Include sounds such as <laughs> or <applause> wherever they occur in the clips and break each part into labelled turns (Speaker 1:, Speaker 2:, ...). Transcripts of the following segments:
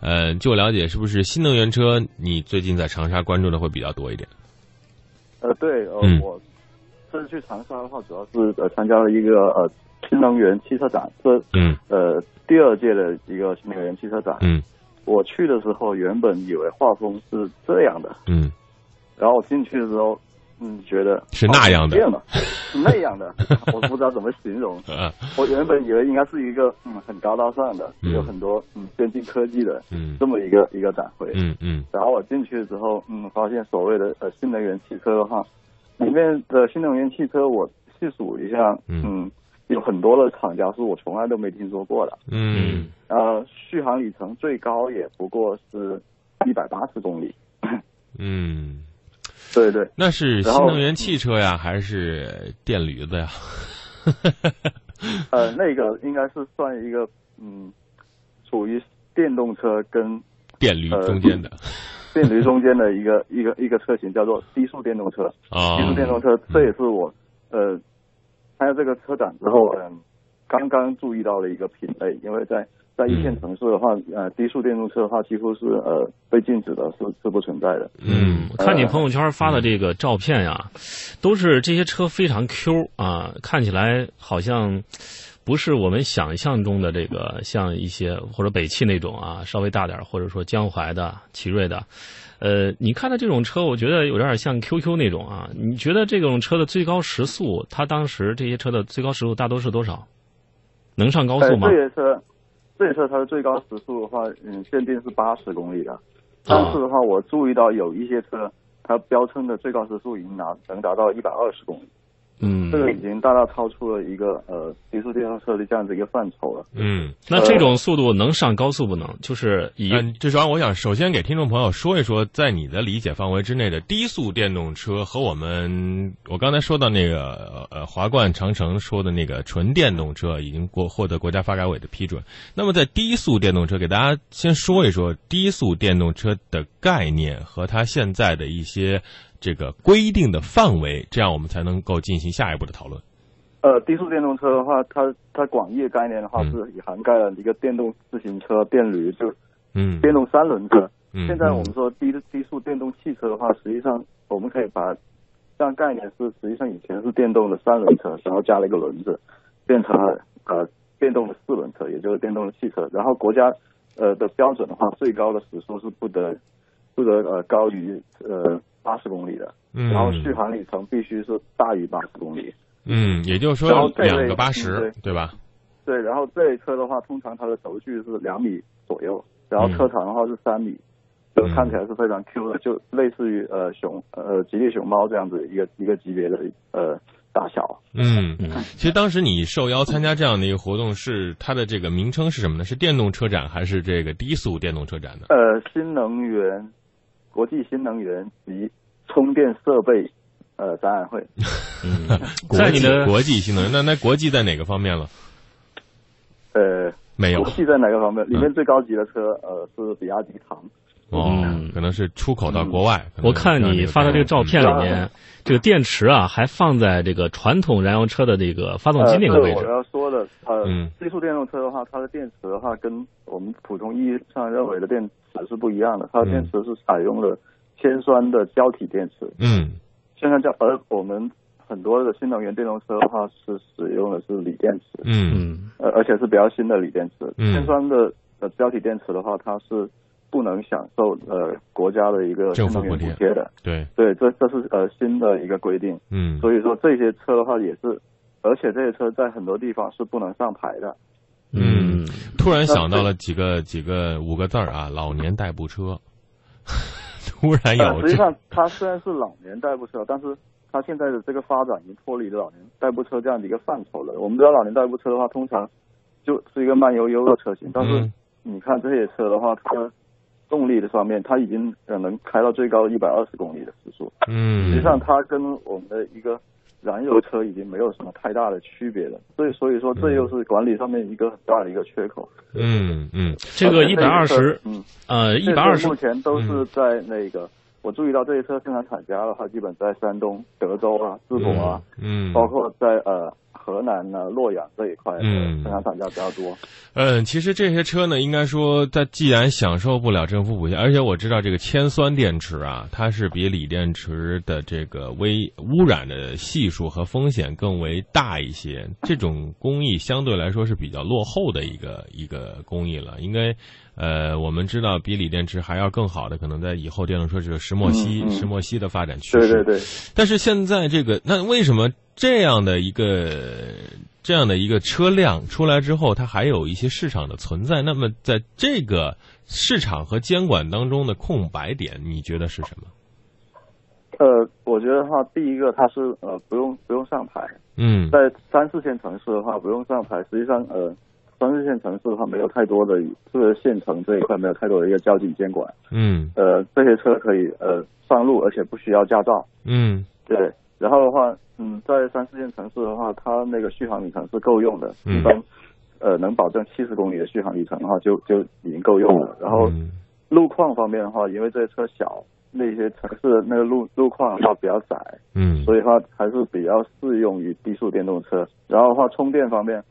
Speaker 1: 呃，据我了解，是不是新能源车你最近在长沙关注的会比较多一点？
Speaker 2: 呃，对，呃，
Speaker 1: 嗯
Speaker 2: 我这次去长沙的话，主要是呃参加了一个呃新能源汽车展，这
Speaker 1: 嗯
Speaker 2: 呃第二届的一个新能源汽车展。
Speaker 1: 嗯
Speaker 2: 我去的时候原本以为画风是这样的，
Speaker 1: 嗯，
Speaker 2: 然后我进去的时候，嗯，觉得
Speaker 1: 是那样的
Speaker 2: 哦这样的，是那样的， <laughs> 我不知道怎么形容。
Speaker 1: 呃
Speaker 2: 我原本以为应该是一个嗯很高大上的，
Speaker 1: 嗯
Speaker 2: 有很多嗯先进科技的
Speaker 1: 嗯
Speaker 2: 这么一个一个展会。
Speaker 1: 嗯嗯
Speaker 2: 然后我进去之后，嗯，发现所谓的呃新能源汽车的话，里面的新能源汽车我细数一下，
Speaker 1: 嗯
Speaker 2: 嗯，有很多的厂家是我从来都没听说过的。
Speaker 1: 嗯
Speaker 2: 呃，续航里程最高也不过是一百八十公里。
Speaker 1: 嗯，
Speaker 2: 对对，
Speaker 1: 那是新
Speaker 2: 然后
Speaker 1: 能源汽车呀，还是电驴子呀？
Speaker 2: 呃，那个应该是算一个嗯，处于电动车跟
Speaker 1: 电驴中间的
Speaker 2: 电驴中间的一个一个一个车型，叫做低速电动车。
Speaker 1: 啊，
Speaker 2: 低速电动
Speaker 3: 嗯
Speaker 2: 车，这也是我呃参加这个车展之后，嗯、刚刚注意到的一个品类，因为在在一线城市的话，
Speaker 3: 嗯
Speaker 2: 呃，低速电动车的话几乎是呃被禁止的，是是不存在的。呃
Speaker 1: 嗯
Speaker 3: 嗯，我看你朋友圈发的这个照片呀、都是这些车非常 Q 啊，看起来好像不是我们想象中的这个，像一些或者北汽那种啊，稍微大点儿，或者说江淮的、奇瑞的。呃，你看的这种车，我觉得有点像 QQ 那种啊。你觉得这种车的最高时速，它当时这些车的最高时速大多是多少？能上高
Speaker 2: 呃，
Speaker 3: 速吗
Speaker 2: 这？些车，这些车它的最高时速的话，嗯，限定是八十公里
Speaker 3: 啊
Speaker 2: 的。但是的话，我注意到有一些车，它标称的最高时速已经达能达到一百二十公里，
Speaker 3: 嗯
Speaker 2: 这，个已经大大超出了一个呃低速电动车的这样子一个范畴了。
Speaker 1: 嗯。
Speaker 3: 那这种速度能上高速不能？就是以
Speaker 1: 嗯，至少我想首先给听众朋友说一说，在你的理解范围之内的低速电动车和我们我刚才说到那个呃华冠长城说的那个纯电动车已经过获得国家发改委的批准。那么在低速电动车，给大家先说一说低速电动车的概念和它现在的一些这个规定的范围，这样我们才能够进行下一步的讨论。
Speaker 2: 呃，低速电动车的话，它它广义的概念的话
Speaker 1: 嗯
Speaker 2: 是也涵盖了一个电动自行车、电驴，就
Speaker 1: 嗯，
Speaker 2: 电动三轮车。
Speaker 1: 嗯
Speaker 2: 现在我们说低低速电动汽车的话，实际上我们可以把这样概念是，实际上以前是电动的三轮车，然后加了一个轮子，变成了呃电动的四轮车，也就是电动的汽车。然后国家呃的标准的话，最高的时速是不得不得呃高于呃八十公里的，
Speaker 1: 嗯
Speaker 2: 然后续航里程必须是大于八十公里。
Speaker 1: 嗯，也就是
Speaker 2: 然
Speaker 1: 说
Speaker 2: 后这位
Speaker 1: 两个八
Speaker 2: 嗯
Speaker 1: 十
Speaker 2: 对，
Speaker 1: 对吧？
Speaker 2: 对，然后这类车的话，通常它的轴距是两米左右，然后
Speaker 1: 嗯
Speaker 2: 车长的话是三米，就看起来是非常 Q 的，就类似于呃熊呃吉利熊猫这样子一个一个级别的呃大小。
Speaker 1: 嗯
Speaker 3: 嗯，
Speaker 1: 其实当时你受邀参加这样的一个活动是，它的这个名称是什么呢？是电动车展还是这个低速电动车展呢？
Speaker 2: 呃，新能源国际新能源及充电设备呃展览会，
Speaker 3: 嗯，
Speaker 1: 国
Speaker 3: 在
Speaker 1: 际
Speaker 3: 你的
Speaker 1: 国际新能源，那那国际在哪个方面了？
Speaker 2: 呃，
Speaker 1: 没有
Speaker 2: 国际在哪个方面？里面最高级的车呃是比亚迪唐，
Speaker 1: 哦
Speaker 3: 嗯，
Speaker 1: 可能是出口到国
Speaker 2: 嗯
Speaker 1: 外。可能
Speaker 3: 我看你发的这个照片里面，这个电池啊还放在这个传统燃油车的这个发动机那个位
Speaker 2: 呃、
Speaker 3: 置
Speaker 2: 我。要说的，呃，
Speaker 1: 嗯
Speaker 2: 低速电动车的话，它的电池的话，跟我们普通意义上认为的电池是不一样的。它的电池是采用了铅酸的胶体电池，
Speaker 1: 嗯
Speaker 2: 铅酸胶，而我们很多的新能源电动车的话是使用的是锂电池，
Speaker 1: 嗯
Speaker 3: 嗯
Speaker 2: 呃，而且是比较新的锂电池。
Speaker 1: 嗯
Speaker 2: 铅酸的呃胶体电池的话，它是不能享受呃国家的一个
Speaker 1: 政
Speaker 2: 新
Speaker 1: 府
Speaker 2: 能源
Speaker 1: 补
Speaker 2: 补
Speaker 1: 贴
Speaker 2: 贴的。
Speaker 1: 对，
Speaker 2: 对，这这是呃新的一个规定。
Speaker 1: 嗯
Speaker 2: 所以说这些车的话也是，而且这些车在很多地方是不能上牌的。
Speaker 3: 嗯，
Speaker 1: 突然想到了几个几个五个字儿啊，老年代步车。 <laughs> 突然
Speaker 2: 呃
Speaker 1: 有，
Speaker 2: 实际
Speaker 1: 哎这
Speaker 2: 上它虽然是老年代步车，但是它现在的这个发展已经脱离了老年代步车这样的一个范畴了。我们知道老年代步车的话，通常就是一个慢悠悠的车型，但是
Speaker 1: 嗯
Speaker 2: 你看这些车的话，它动力的方面，它已经呃能开到最高一百二十公里的时速。
Speaker 1: 嗯，
Speaker 2: 实际上它跟我们的一个燃油车已经没有什么太大的区别了。所以所以说这又是管理上面一个很大的一个缺口。
Speaker 1: 嗯嗯
Speaker 3: 这个
Speaker 2: 而且
Speaker 3: 一百二
Speaker 2: 这些
Speaker 3: 十
Speaker 2: 车，嗯，
Speaker 3: 呃，一
Speaker 2: 这
Speaker 3: 百
Speaker 2: 些
Speaker 3: 二
Speaker 2: 车
Speaker 3: 十嗯
Speaker 2: 目，前都是在那个，我注意到这些车生产厂家的话，基本在山东、德州啊、淄博啊，
Speaker 1: 嗯，
Speaker 2: 包括在呃河南呢、洛阳这一块的
Speaker 1: 嗯
Speaker 2: 生产厂家比较多。
Speaker 1: 嗯，其实这些车呢，应该说，它既然享受不了政府补贴，而且我知道这个铅酸电池啊，它是比锂电池的这个微污染的系数和风险更为大一些。这种工艺相对来说是比较落后的一个一个工艺了，应该。呃，我们知道比锂电池还要更好的，可能在以后电动车就是石墨烯、
Speaker 2: 嗯嗯
Speaker 1: 石墨烯的发展趋势。
Speaker 2: 对对对，
Speaker 1: 但是现在这个，那为什么这样的一个这样的一个车辆出来之后，它还有一些市场的存在？那么在这个市场和监管当中的空白点，你觉得是什么？
Speaker 2: 呃，我觉得的话，第一个它是呃不用不用上牌，
Speaker 1: 嗯
Speaker 2: 在三四线城市的话不用上牌，实际上呃三四线城市的话没有太多的，特别是县城这一块没有太多的一个交警监管，
Speaker 1: 嗯
Speaker 2: 呃这些车可以呃上路，而且不需要驾照。
Speaker 1: 嗯
Speaker 2: 对，然后的话，嗯，在三四线城市的话，它那个续航里程是够用的，
Speaker 1: 嗯
Speaker 2: 一般呃能保证七十公里的续航里程的话，就就已经够用了。然后
Speaker 1: 嗯
Speaker 2: 路况方面的话，因为这些车小，那些城市的那个路路况的话比较窄，
Speaker 1: 嗯
Speaker 2: 所以的话还是比较适用于低速电动车。然后的话，充电方面，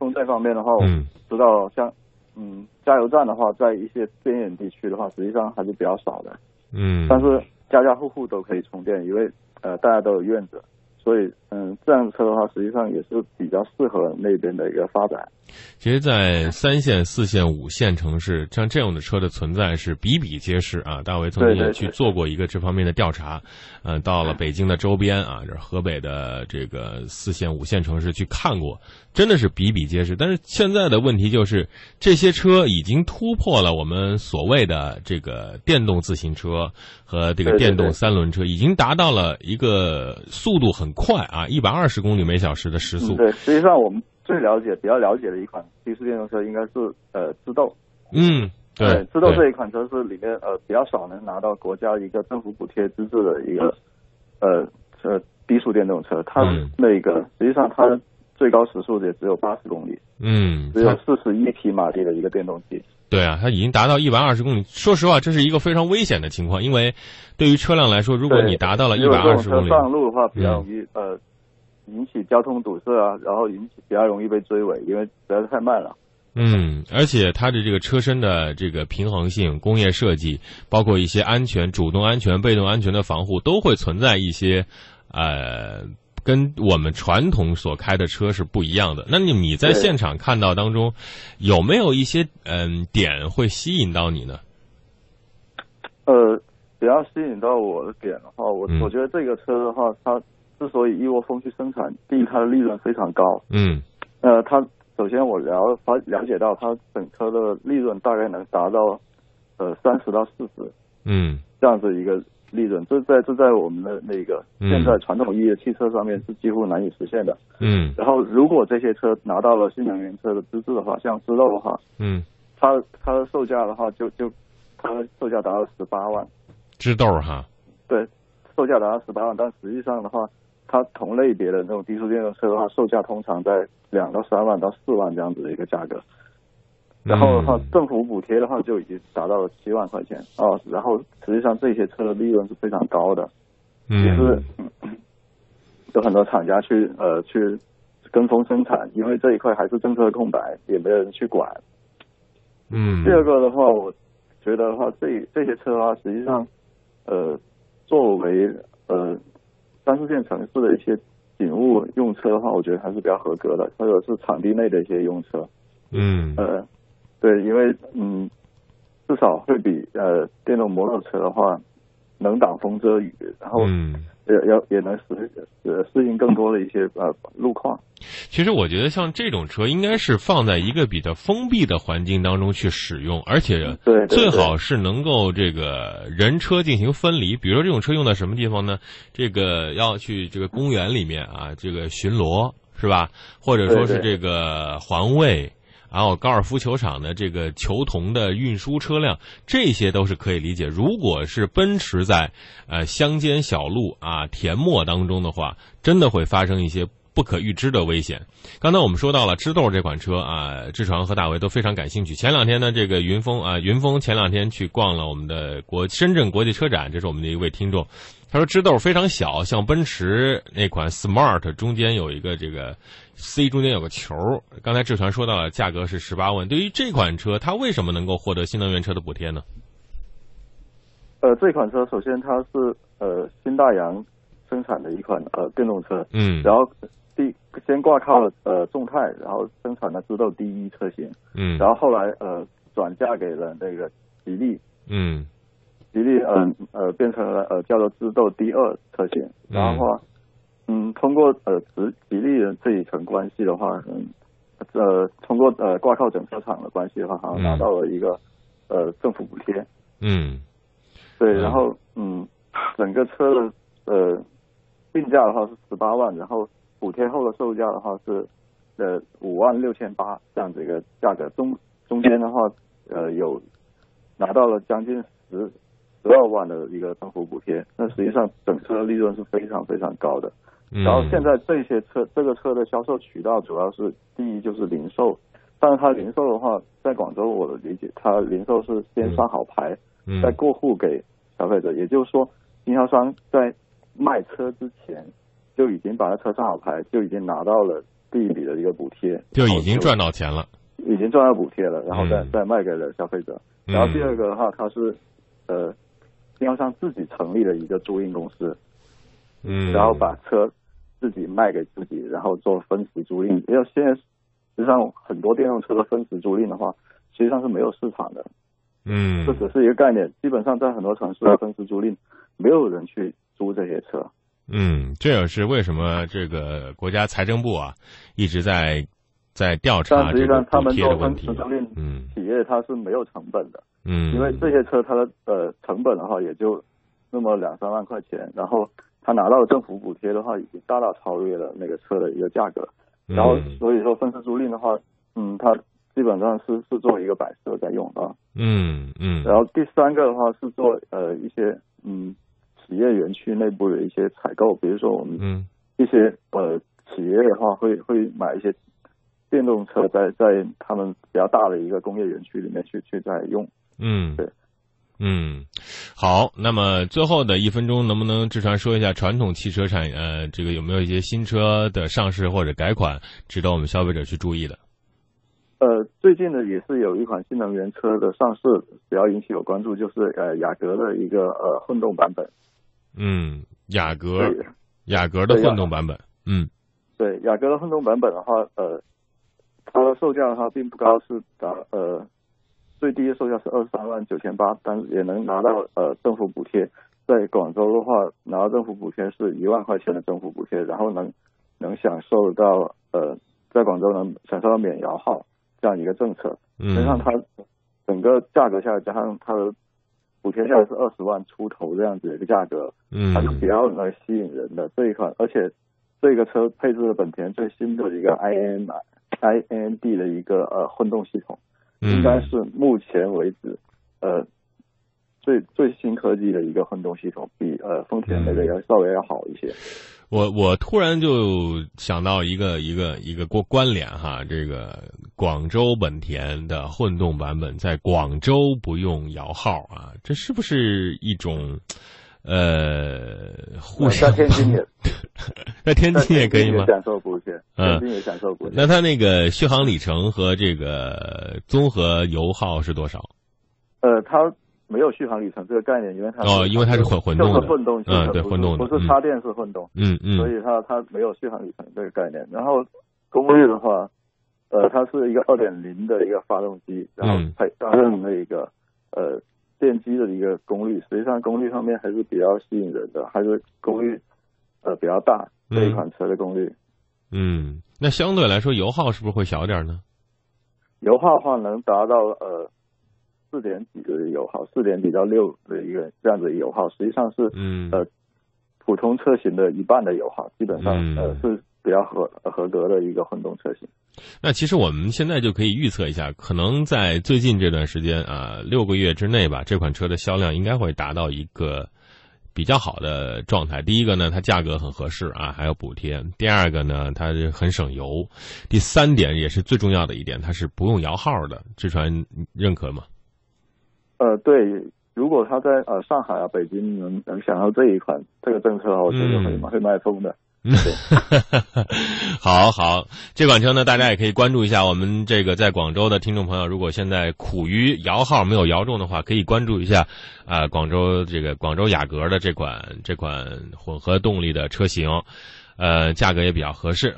Speaker 2: 充电方面的话，我
Speaker 1: 嗯
Speaker 2: 知道像嗯加油站的话，在一些边远地区的话，实际上还是比较少的。
Speaker 1: 嗯，
Speaker 2: 但是家家户户都可以充电，因为呃大家都有院子，所以嗯这辆车的话，实际上也是比较适合那边的一个发展。
Speaker 1: 其实，在三线、四线、五线城市，像这样的车的存在是比比皆是啊。大为曾经
Speaker 2: 对对
Speaker 1: 也去做过一个这方面的调查，嗯、到了北京的周边啊，这河北的这个四线、五线城市去看过，真的是比比皆是。但是现在的问题就是，这些车已经突破了我们所谓的这个电动自行车和这个
Speaker 2: 对对
Speaker 1: 电动
Speaker 2: 对
Speaker 1: 三轮车，已经达到了一个速度很快啊，一百二十公里每小时的时速
Speaker 2: 嗯，。对，实际上我们最了解、比较了解的一款低速电动车应该是呃自动。
Speaker 1: 嗯，对，
Speaker 2: 自动
Speaker 1: 对
Speaker 2: 这一款车是里面呃比较少能拿到国家一个政府补贴资质的一个呃呃低速电动车，它
Speaker 1: 嗯
Speaker 2: 那个实际上它最高时速也只有八十公里，
Speaker 1: 嗯，
Speaker 2: 只有
Speaker 1: 它
Speaker 2: 四十一匹马力的一个电动机。
Speaker 1: 对啊，它已经达到一百二十公里。说实话，这是一个非常危险的情况，因为对于车辆来说，如果
Speaker 2: 对
Speaker 1: 你达到了一
Speaker 2: 如
Speaker 1: 百
Speaker 2: 果这
Speaker 1: 二
Speaker 2: 种
Speaker 1: 十公
Speaker 2: 车
Speaker 1: 里，嗯
Speaker 2: 上路的话，比较容易、呃引起交通堵塞啊，然后引起比较容易被追尾，因为实在是太慢了。
Speaker 1: 嗯，而且它的这个车身的这个平衡性、工业设计，包括一些安全、主动安全、被动安全的防护，都会存在一些，呃，跟我们传统所开的车是不一样的。那你你在
Speaker 2: 对
Speaker 1: 现场看到当中，有没有一些嗯、点会吸引到你呢？
Speaker 2: 呃，比较吸引到我的点的话，我、
Speaker 1: 嗯
Speaker 2: 我觉得这个车的话，它之所以一窝蜂去生产，第一它的利润非常高。
Speaker 1: 嗯
Speaker 2: 呃，它首先我了发了解到，它整车的利润大概能达到呃三十到四十
Speaker 1: 嗯
Speaker 2: 这样子一个利润，这在这在我们的那个
Speaker 1: 嗯
Speaker 2: 现在传统意义的汽车上面是几乎难以实现的。
Speaker 1: 嗯
Speaker 2: 然后，如果这些车拿到了新能源车的资质的话，像知豆的话，
Speaker 1: 嗯，
Speaker 2: 它它的售价的话就就它的售价达到十八万，
Speaker 1: 知豆儿哈，
Speaker 2: 对，售价达到十八万，但实际上的话，它同类别的那种低速电动车的话，售价通常在两到三万到四万这样子的一个价格。然后的话
Speaker 1: 嗯，
Speaker 2: 政府补贴的话就已经达到了七万块钱哦，然后实际上这些车的利润是非常高的，也是
Speaker 1: 嗯
Speaker 2: 嗯有很多厂家去呃去跟风生产，因为这一块还是政策空白，也没有人去管。
Speaker 1: 嗯，
Speaker 2: 第二个的话，我觉得的话，这这些车啊，实际上呃作为呃三四线城市的一些警务用车的话，我觉得还是比较合格的，或者是场地内的一些用车。
Speaker 1: 嗯
Speaker 2: 呃，对，因为嗯，至少会比呃电动摩托车的话能挡风遮雨，然后
Speaker 1: 嗯，
Speaker 2: 也要、也能适呃适应更多的一些呃路况。
Speaker 1: 其实我觉得像这种车应该是放在一个比较封闭的环境当中去使用，而且
Speaker 2: 对对对
Speaker 1: 最好是能够这个人车进行分离。比如说这种车用在什么地方呢？这个要去这个公园里面啊，这个巡逻是吧？或者说是
Speaker 2: 对
Speaker 1: 这个环卫。然后高尔夫球场的这个球童的运输车辆，这些都是可以理解。如果是奔驰在呃乡间小路啊田陌当中的话，真的会发生一些不可预知的危险。刚才我们说到了知豆这款车啊，志成和大为都非常感兴趣。前两天呢，这个云峰啊，云峰前两天去逛了我们的国深圳国际车展，这是我们的一位听众。他说支豆非常小，像奔驰那款 Smart 中间有一个这个 C 中间有个球儿。刚才志传说到了价格是十八万，对于这款车，它为什么能够获得新能源车的补贴呢？
Speaker 2: 呃，这款车首先它是呃新大洋生产的一款呃电动车，
Speaker 1: 嗯
Speaker 2: 然后第先挂靠了呃众泰，然后生产了知豆第一车型，
Speaker 1: 嗯
Speaker 2: 然后后来呃转嫁给了那个吉利，
Speaker 1: 嗯
Speaker 2: 吉利呃呃变成了呃叫做知豆第二车型，然后的话，嗯，通过呃吉吉利的这一层关系的话，嗯，呃通过呃挂靠整车厂的关系的话，好像拿到了一个呃政府补贴，
Speaker 1: 嗯
Speaker 2: 对，
Speaker 1: 嗯
Speaker 2: 然后嗯，整个车的呃定价的话是十八万，然后补贴后的售价的话是呃五万六千八这样子一个价格，中中间的话呃有拿到了将近十十二万的一个政府补贴，那实际上整车的利润是非常非常高的。
Speaker 1: 嗯。
Speaker 2: 然后现在这些车这个车的销售渠道主要是第一就是零售，但是它零售的话，在广州我的理解，它零售是先上好牌。
Speaker 1: 嗯
Speaker 2: 再过户给消费者，也就是说，经销商在卖车之前就已经把它车上好牌，就已经拿到了第一笔的一个补贴，哦
Speaker 1: 就已经赚到钱了。
Speaker 2: 已经赚到补贴了，然后再
Speaker 1: 嗯
Speaker 2: 再卖给了消费者。然后第二
Speaker 1: 个，
Speaker 2: 个的话，它是呃经销商自己成立了一个租赁公司，
Speaker 1: 嗯，
Speaker 2: 然后把车自己卖给自己，然后做分时租赁。因为现在实际上很多电动车的分时租赁的话，实际上是没有市场的。
Speaker 1: 嗯，
Speaker 2: 这只是一个概念，基本上在很多城市的分时租赁，没有人去租这些车。
Speaker 1: 嗯，这也是为什么这个国家财政部啊一直在在调查
Speaker 2: 但实
Speaker 1: 啊这
Speaker 2: 际
Speaker 1: 个
Speaker 2: 上他
Speaker 1: 补
Speaker 2: 们
Speaker 1: 贴的
Speaker 2: 做
Speaker 1: 问
Speaker 2: 分
Speaker 1: 题
Speaker 2: 时。租赁
Speaker 1: 嗯
Speaker 2: 企业它是没有成本的，
Speaker 1: 嗯，
Speaker 2: 因为这些车它的呃成本的话也就那么两三万块钱，然后它拿到的政府补贴的话已经大大超越了那个车的一个价格，然后
Speaker 1: 嗯
Speaker 2: 所以说分时租赁的话，嗯，它基本上是是作为一个摆设在用啊。
Speaker 1: 嗯嗯，
Speaker 2: 然后第三个的话是做呃一些嗯企业园区内部的一些采购，比如说我们
Speaker 1: 嗯
Speaker 2: 一些呃企业的话会会买一些电动车在在他们比较大的一个工业园区里面去去在用。
Speaker 1: 嗯
Speaker 2: 对
Speaker 1: 嗯，好，那么最后的一分钟，能不能志传说一下传统汽车产业呃这个有没有一些新车的上市或者改款值得我们消费者去注意的？
Speaker 2: 呃，最近呢也是有一款新能源车的上市，比较引起我关注，就是呃雅阁的一个呃混动版本。
Speaker 1: 嗯，雅阁
Speaker 2: 对
Speaker 1: 雅阁的
Speaker 2: 对呀
Speaker 1: 混动版本。嗯
Speaker 2: 对，雅阁的混动版本的话，呃，它的售价的话并不高，是达呃最低的售价是二十三万九千八，但是也能拿到呃政府补贴。在广州的话，拿到政府补贴是一万块钱的政府补贴，然后能能享受到呃在广州能享受到免摇号这样一个政策。
Speaker 1: 嗯，
Speaker 2: 实际上它整个价格下来加上它的补贴下来是二十万出头这样子的一个价格，
Speaker 1: 嗯
Speaker 2: 它是比较能吸引人的这一款，而且这个车配置了本田最新的一个 i n i n d 的一个呃混动系统，
Speaker 1: 嗯
Speaker 2: 应该是目前为止呃最最新科技的一个混动系统，比呃丰田那个
Speaker 1: 嗯
Speaker 2: 要稍微要好一些。
Speaker 1: 我我突然就想到一个一个一个关关联哈，这个广州本田的混动版本在广州不用摇号啊，这是不是一种呃互
Speaker 2: 呃
Speaker 1: 相
Speaker 2: 在天津也，
Speaker 1: 在 <laughs> 天
Speaker 2: 在
Speaker 1: 津也可以吗
Speaker 2: 也？享受补贴，
Speaker 1: 嗯
Speaker 2: 天津也享受补贴。
Speaker 1: 那它那个续航里程和这个综合油耗是多少？
Speaker 2: 呃，它没有续航里程这个概念，因为它是
Speaker 1: 哦因为它是混混动的
Speaker 2: 就是混动汽车，
Speaker 1: 嗯对
Speaker 2: 不是
Speaker 1: 混动的
Speaker 2: 不是
Speaker 1: 嗯
Speaker 2: 插电式混动，
Speaker 1: 嗯
Speaker 2: 所
Speaker 1: 嗯
Speaker 2: 以它它没有续航里程这个概念。然后功率的话，呃，它是一个二点零的一个发动机，然后
Speaker 1: 嗯
Speaker 2: 配搭上那一个呃电机的一个功率，实际上功率方面还是比较吸引人的，还是功率呃比较大
Speaker 1: 嗯
Speaker 2: 这一款车的功率。
Speaker 1: 嗯，那相对来说油耗是不是会小点儿呢？
Speaker 2: 油耗的话能达到呃四点几的油耗，四点几到六的一个这样子的油耗，实际上是
Speaker 1: 嗯
Speaker 2: 呃普通车型的一半的油耗，基本上、
Speaker 1: 嗯
Speaker 2: 呃是比较合合格的一个混动车型。
Speaker 1: 那其实我们现在就可以预测一下，可能在最近这段时间啊，六个月之内吧，这款车的销量应该会达到一个比较好的状态。第一个呢，它价格很合适啊，还有补贴；第二个呢，它很省油；第三点也是最重要的一点，它是不用摇号的。志传你认可吗？
Speaker 2: 呃，对，如果他在呃上海啊、北京能能想到这一款这个政策的话，我觉得会
Speaker 1: 嗯
Speaker 2: 蛮会卖疯的。
Speaker 1: <laughs> 好好，这款车呢，大家也可以关注一下。我们这个在广州的听众朋友，如果现在苦于摇号没有摇中的话，可以关注一下啊、广州这个广州雅阁的这款这款混合动力的车型，呃，价格也比较合适。